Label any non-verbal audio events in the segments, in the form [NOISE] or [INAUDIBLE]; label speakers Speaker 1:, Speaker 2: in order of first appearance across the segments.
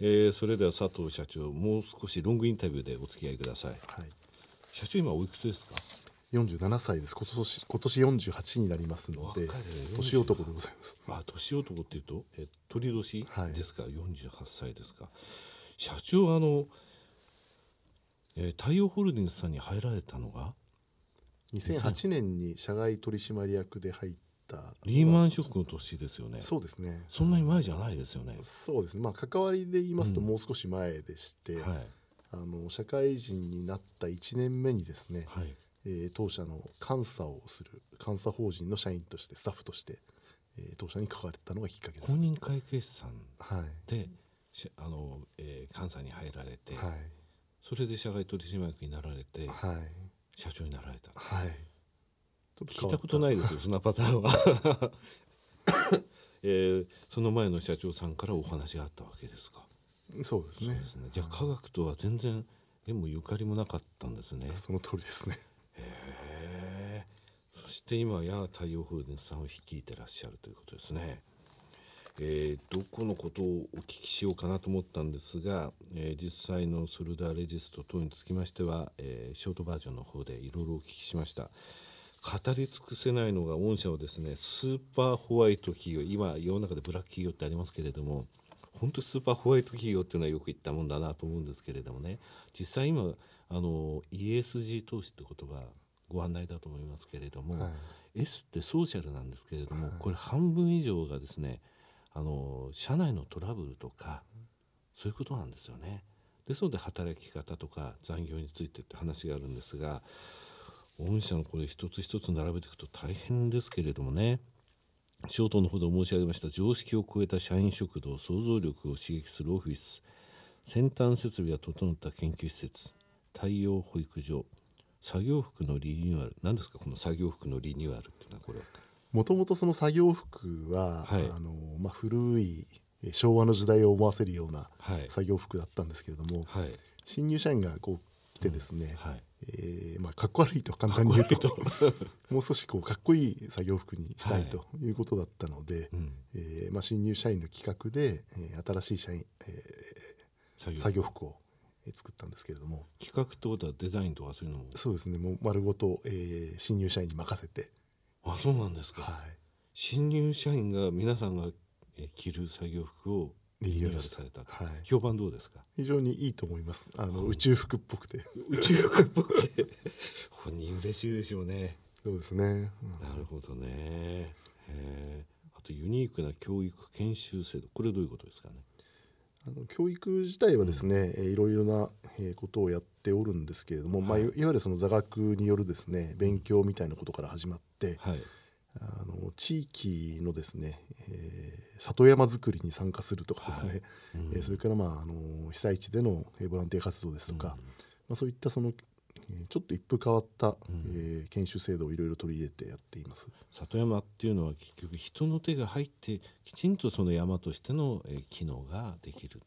Speaker 1: えーそれでは佐藤社長もう少しロングインタビューでお付き合いください
Speaker 2: はい、
Speaker 1: 社長今おいくつですか
Speaker 2: 47歳です今年今年48になりますの
Speaker 1: 若
Speaker 2: で
Speaker 1: いね
Speaker 2: 年男でございます
Speaker 1: あ年男っていうとえ鳥年
Speaker 2: はい
Speaker 1: ですか、48歳ですか社長あの、えー太陽ホールディングスさんに入られたのが
Speaker 2: 2008年に社外取締役で入った
Speaker 1: リーマンショックの年ですよね
Speaker 2: そうですね
Speaker 1: そんなに前じゃないですよね
Speaker 2: そうですねまあ関わりで言いますともう少し前でして、
Speaker 1: はい
Speaker 2: あの社会人になった1年目にですね、
Speaker 1: はい
Speaker 2: えー当社の監査をする監査法人の社員としてスタッフとして、えー当社に関わったのがきっかけで
Speaker 1: 公
Speaker 2: す。
Speaker 1: 認会計士さん
Speaker 2: はい、
Speaker 1: でしあの、えー関西に入られて、
Speaker 2: はい、
Speaker 1: それで社外取締役になられて
Speaker 2: はい、
Speaker 1: 社長になられた
Speaker 2: はい。ちょっ。
Speaker 1: 聞いたことないいですよそんなパターンは、えーその前の社長さんからお話があったわけですか
Speaker 2: そうです
Speaker 1: そう
Speaker 2: ね
Speaker 1: で。すねじゃあ科学とは全然縁もゆかりもなかったんですね
Speaker 2: その通りですね。 [LAUGHS]
Speaker 1: へえそして今や太陽風電さんを率いてらっしゃるということですね。えーどこのことをお聞きしようかなと思ったんですが、えー実際のソルダーレジスト等につきましては、えーショートバージョンの方でいろいろお聞きしました語り尽くせないのが御社はですねスーパーホワイト企業今世の中でブラック企業ってありますけれども本当にスーパーホワイト企業っていうのはよく言ったもんだなと思うんですけれどもね実際今あの ESG 投資って言葉ご案内だと思いますけれども、
Speaker 2: は
Speaker 1: S ってソーシャルなんですけれども、
Speaker 2: はい
Speaker 1: これ半分以上がですねあの社内のトラブルとかそういうことなんですよね。ですので働き方とか残業についてって話があるんですが御社のこれ一つ一つ並べていくと大変ですけれどもねショートのほど申し上げました常識を超えた社員食堂想像力を刺激するオフィス先端設備が整った研究施設太陽保育所作業服のリニューアル何ですかこの作業服のリニューアルっていうのはこれ
Speaker 2: もともとその作業服は、
Speaker 1: はい
Speaker 2: あのまあ古いえー昭和の時代を思わせるような
Speaker 1: はい
Speaker 2: 作業服だったんですけれども、
Speaker 1: はい
Speaker 2: 新入社員がこう来てですね、
Speaker 1: はい
Speaker 2: えーまあ、かっこ悪いと簡単に言うと [LAUGHS] もう少しこうかっこいい作業服にしたい
Speaker 1: はい
Speaker 2: ということだったので、
Speaker 1: うん
Speaker 2: えーまあ、新入社員の企画で、えー新しい社員、え
Speaker 1: 作
Speaker 2: ー
Speaker 1: 業
Speaker 2: 作業服をえー作ったんですけれども
Speaker 1: 企画ってことはデザインとかそういうのも
Speaker 2: そうですねもう丸ごと、えー新入社員に任せて、
Speaker 1: あそうなんですか、
Speaker 2: はい、
Speaker 1: 新入社員が皆さんがえー着る作業服を
Speaker 2: リ
Speaker 1: リ
Speaker 2: ニ
Speaker 1: ニ
Speaker 2: ュ
Speaker 1: ューア
Speaker 2: ーアル
Speaker 1: ル
Speaker 2: した
Speaker 1: されたと、
Speaker 2: はい
Speaker 1: 評判どうですか
Speaker 2: 非常にいいと思いますあの、
Speaker 1: うん
Speaker 2: 宇宙服っぽく
Speaker 1: [LAUGHS]
Speaker 2: て
Speaker 1: 宇宙服っぽくて本人嬉しいでしょうね
Speaker 2: そうですね、
Speaker 1: なるほどねへえあとユニークな教育研修制度これどういうことですかね
Speaker 2: うんあの教育自体はですね、えーいろいろな、えーことをやっておるんですけれども、まあ、い
Speaker 1: はい
Speaker 2: わゆるその座学によるですね勉強みたいなことから始まって、
Speaker 1: はい
Speaker 2: あの地域のですね、えー里山づくりに参加するとかですね、
Speaker 1: はいうん
Speaker 2: えーそれから、まあ、あの被災地でのえーボランティア活動ですとか、まあ、そういったその、えーちょっと一風変わった、
Speaker 1: うん
Speaker 2: えー研修制度をいろいろ取り入れてやっています。
Speaker 1: 里山っていうのは結局人の手が入ってきちんとその山としてのえー機能ができる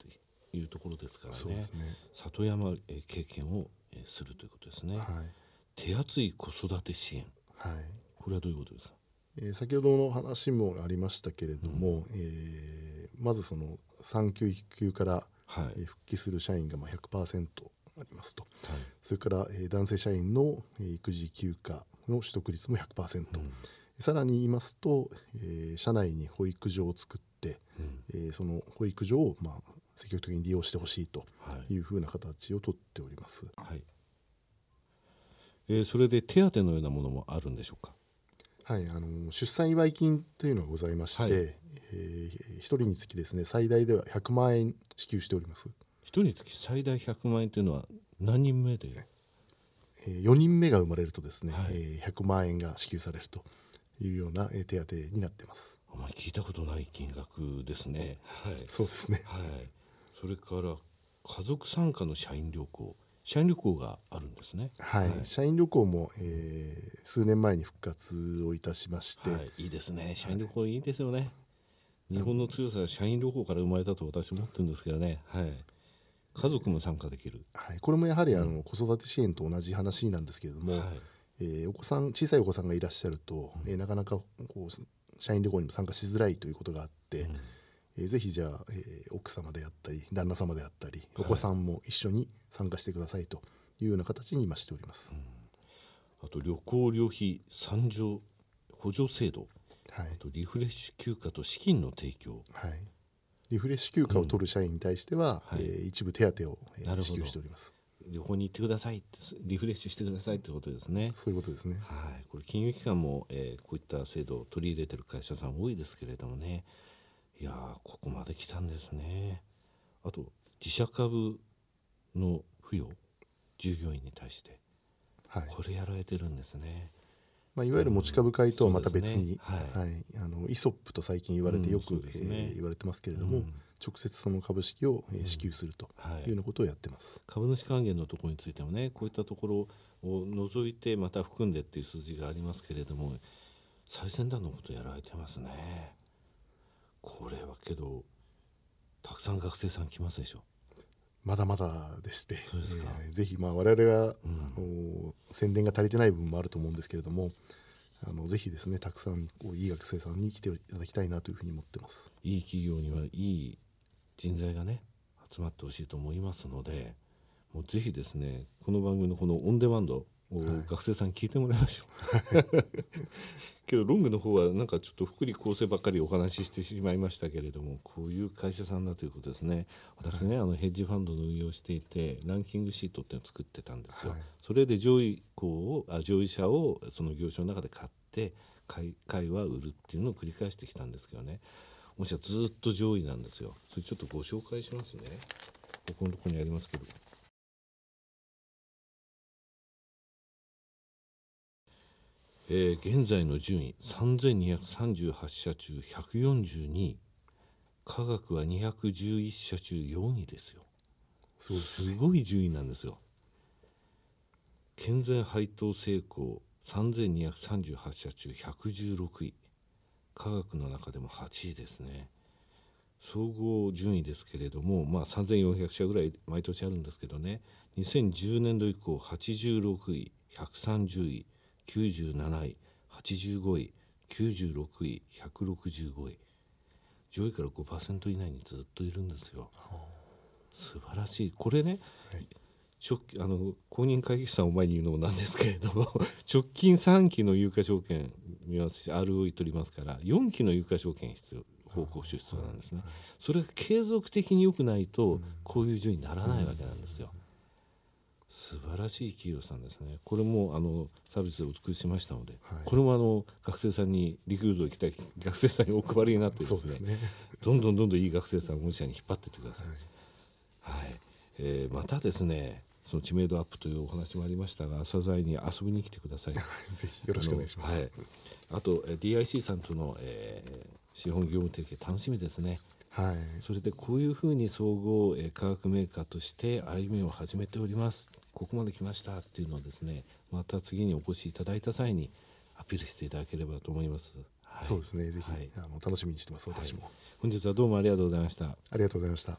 Speaker 1: というところですからね
Speaker 2: ね、
Speaker 1: 里山えー経験をえーするということですね、
Speaker 2: はい
Speaker 1: 手厚い子育て支援
Speaker 2: はい
Speaker 1: これはどういうことですか
Speaker 2: えー先ほどの話もありましたけれども、えーまずその産休育休から
Speaker 1: はい、
Speaker 2: えー復帰する社員がまあ100%ありますと。
Speaker 1: はい
Speaker 2: それから、えー男性社員の、えー育児休暇の取得率も100%、
Speaker 1: うん
Speaker 2: さらに言いますと、えー社内に保育所を作って、
Speaker 1: うん
Speaker 2: えーその保育所を、まあ、積極的に利用してほしいと
Speaker 1: はい
Speaker 2: いうふうな形をとっております。
Speaker 1: はいえーそれで手当のようなものもあるんでしょうか
Speaker 2: はい、あの出産祝い金というのがございまして、
Speaker 1: はい
Speaker 2: え1人につきですね最大では100万円支給しております、
Speaker 1: 一人につき最大100万円というのは何人目で
Speaker 2: え4人目が生まれるとですね、
Speaker 1: はい
Speaker 2: えー100万円が支給されるというような、えー手当になってます
Speaker 1: あまり聞いたことない金額ですねはい、
Speaker 2: そうですね
Speaker 1: はい、それから家族参加の社員旅行社員旅行があるんですね
Speaker 2: はい、社員旅行も、えー数年前に復活をいたしまして、
Speaker 1: はい、いいですね社員旅行いいですよね、日本の強さは社員旅行から生まれたと私は思ってるんですけどね、はい、家族も参加できる、
Speaker 2: はい、これもやはりあの子育て支援と同じ話なんですけれども、
Speaker 1: はい、
Speaker 2: えーお子さん小さいお子さんがいらっしゃると、えーなかなかこう社員旅行にも参加しづらいということがあって、
Speaker 1: うん
Speaker 2: えーぜひじゃあ、えー奥様であったり旦那様であったりお子さんも一緒に参加してくださいというような形に今しております、
Speaker 1: あと旅行旅費参上補助制度
Speaker 2: はい
Speaker 1: あとリフレッシュ休暇と資金の提供
Speaker 2: はい、リフレッシュ休暇を取る社員に対しては、
Speaker 1: うんはい
Speaker 2: えー一部手当を、えー
Speaker 1: なるほど
Speaker 2: 支給しております
Speaker 1: 旅行に行ってくださいってすリフレッシュしてくださいってことですね。
Speaker 2: そういうことですね
Speaker 1: はい、これ金融機関も、えーこういった制度を取り入れてる会社さん多いですけれどもねいやーここまで来たんですねあと自社株の付与従業員に対して
Speaker 2: はい
Speaker 1: これやられてるんですね、
Speaker 2: まあ、いわゆる持ち株会とはまた
Speaker 1: そうです
Speaker 2: 別
Speaker 1: ね
Speaker 2: に、
Speaker 1: はい
Speaker 2: はいあのイソップと最近言われてよく、
Speaker 1: うんそうですね
Speaker 2: えー言われてますけれども、
Speaker 1: うん
Speaker 2: 直接その株式を、えー支給すると
Speaker 1: はい
Speaker 2: いうようなことをやってます、
Speaker 1: 株主還元のところについてもねこういったところを除いてまた含んでっていう数字がありますけれども最先端のことやられてますねこれはけどたくさん学生さん来ますでしょ
Speaker 2: まだまだでして
Speaker 1: そうですか
Speaker 2: えーぜひ、まあ、我々が、あのー宣伝が足りてない部分もあると思うんですけれどもあのぜひですねたくさんこういい学生さんに来ていただきたいなというふうに思ってます
Speaker 1: いい企業にはいい人材がね集まってほしいと思いますのでもうぜひですねこの番組のこのオンデマンドを学生さんに聞いてもらいましょう、けどロングの方はなんかちょっと福利厚生ばっかりお話ししてしまいましたけれどもこういう会社さんだということですね私ね、あのヘッジファンドの運用をしていてランキングシートっていうのを作ってたんですよ、
Speaker 2: はい
Speaker 1: それで上位校をあ上位者をその業種の中で買って買い買いは売るっていうのを繰り返してきたんですけどねもしはずっと上位なんですよそれちょっとご紹介しますねここのところにありますけどえー現在の順位3238社中142位科学は211社中4位ですよ
Speaker 2: そうです
Speaker 1: すごい順位なんですよ健全配当成功3238社中116位科学の中でも8位ですね総合順位ですけれども、まあ、3400社ぐらい毎年あるんですけどね2010年度以降86位130位97位85位96位165位上位から5%以内にずっといるんですよ。素晴らしいこれね、
Speaker 2: はい
Speaker 1: 直あの公認会計士さんを前に言うのもなんですけれども [LAUGHS] 直近3期の有価証券見ますし ROE 取りますから4期の有価証券必要報告書必要なんですね、それが継続的に良くないとこういう順位にならないわけなんですよ、素晴らしい企業さんですねこれもあのサービスでお作りしましたので、
Speaker 2: はい
Speaker 1: これもあの学生さんにリクルート行きたい学生さんにお配りになって
Speaker 2: そうですね
Speaker 1: どんどんどんどんいい学生さんを御社に引っ張ってってください。はいえーまたですねその知名度アップというお話もありましたが朝材に遊びに来てください。
Speaker 2: [LAUGHS] ぜ [LAUGHS] ひよろしくお願いします、
Speaker 1: あのはい、あとえー DIC さんとの、えー資本業務提携楽しみですね。
Speaker 2: はい、
Speaker 1: それでこういうふうに総合、えー化学メーカーとして歩みを始めておりますここまで来ましたっていうのをですねまた次にお越しいただいた際にアピールしていただければと思います。はい
Speaker 2: そうですねぜひ、
Speaker 1: はい
Speaker 2: あの楽しみにしてます私も、
Speaker 1: 本日はどうもありがとうございました。
Speaker 2: ありがとうございました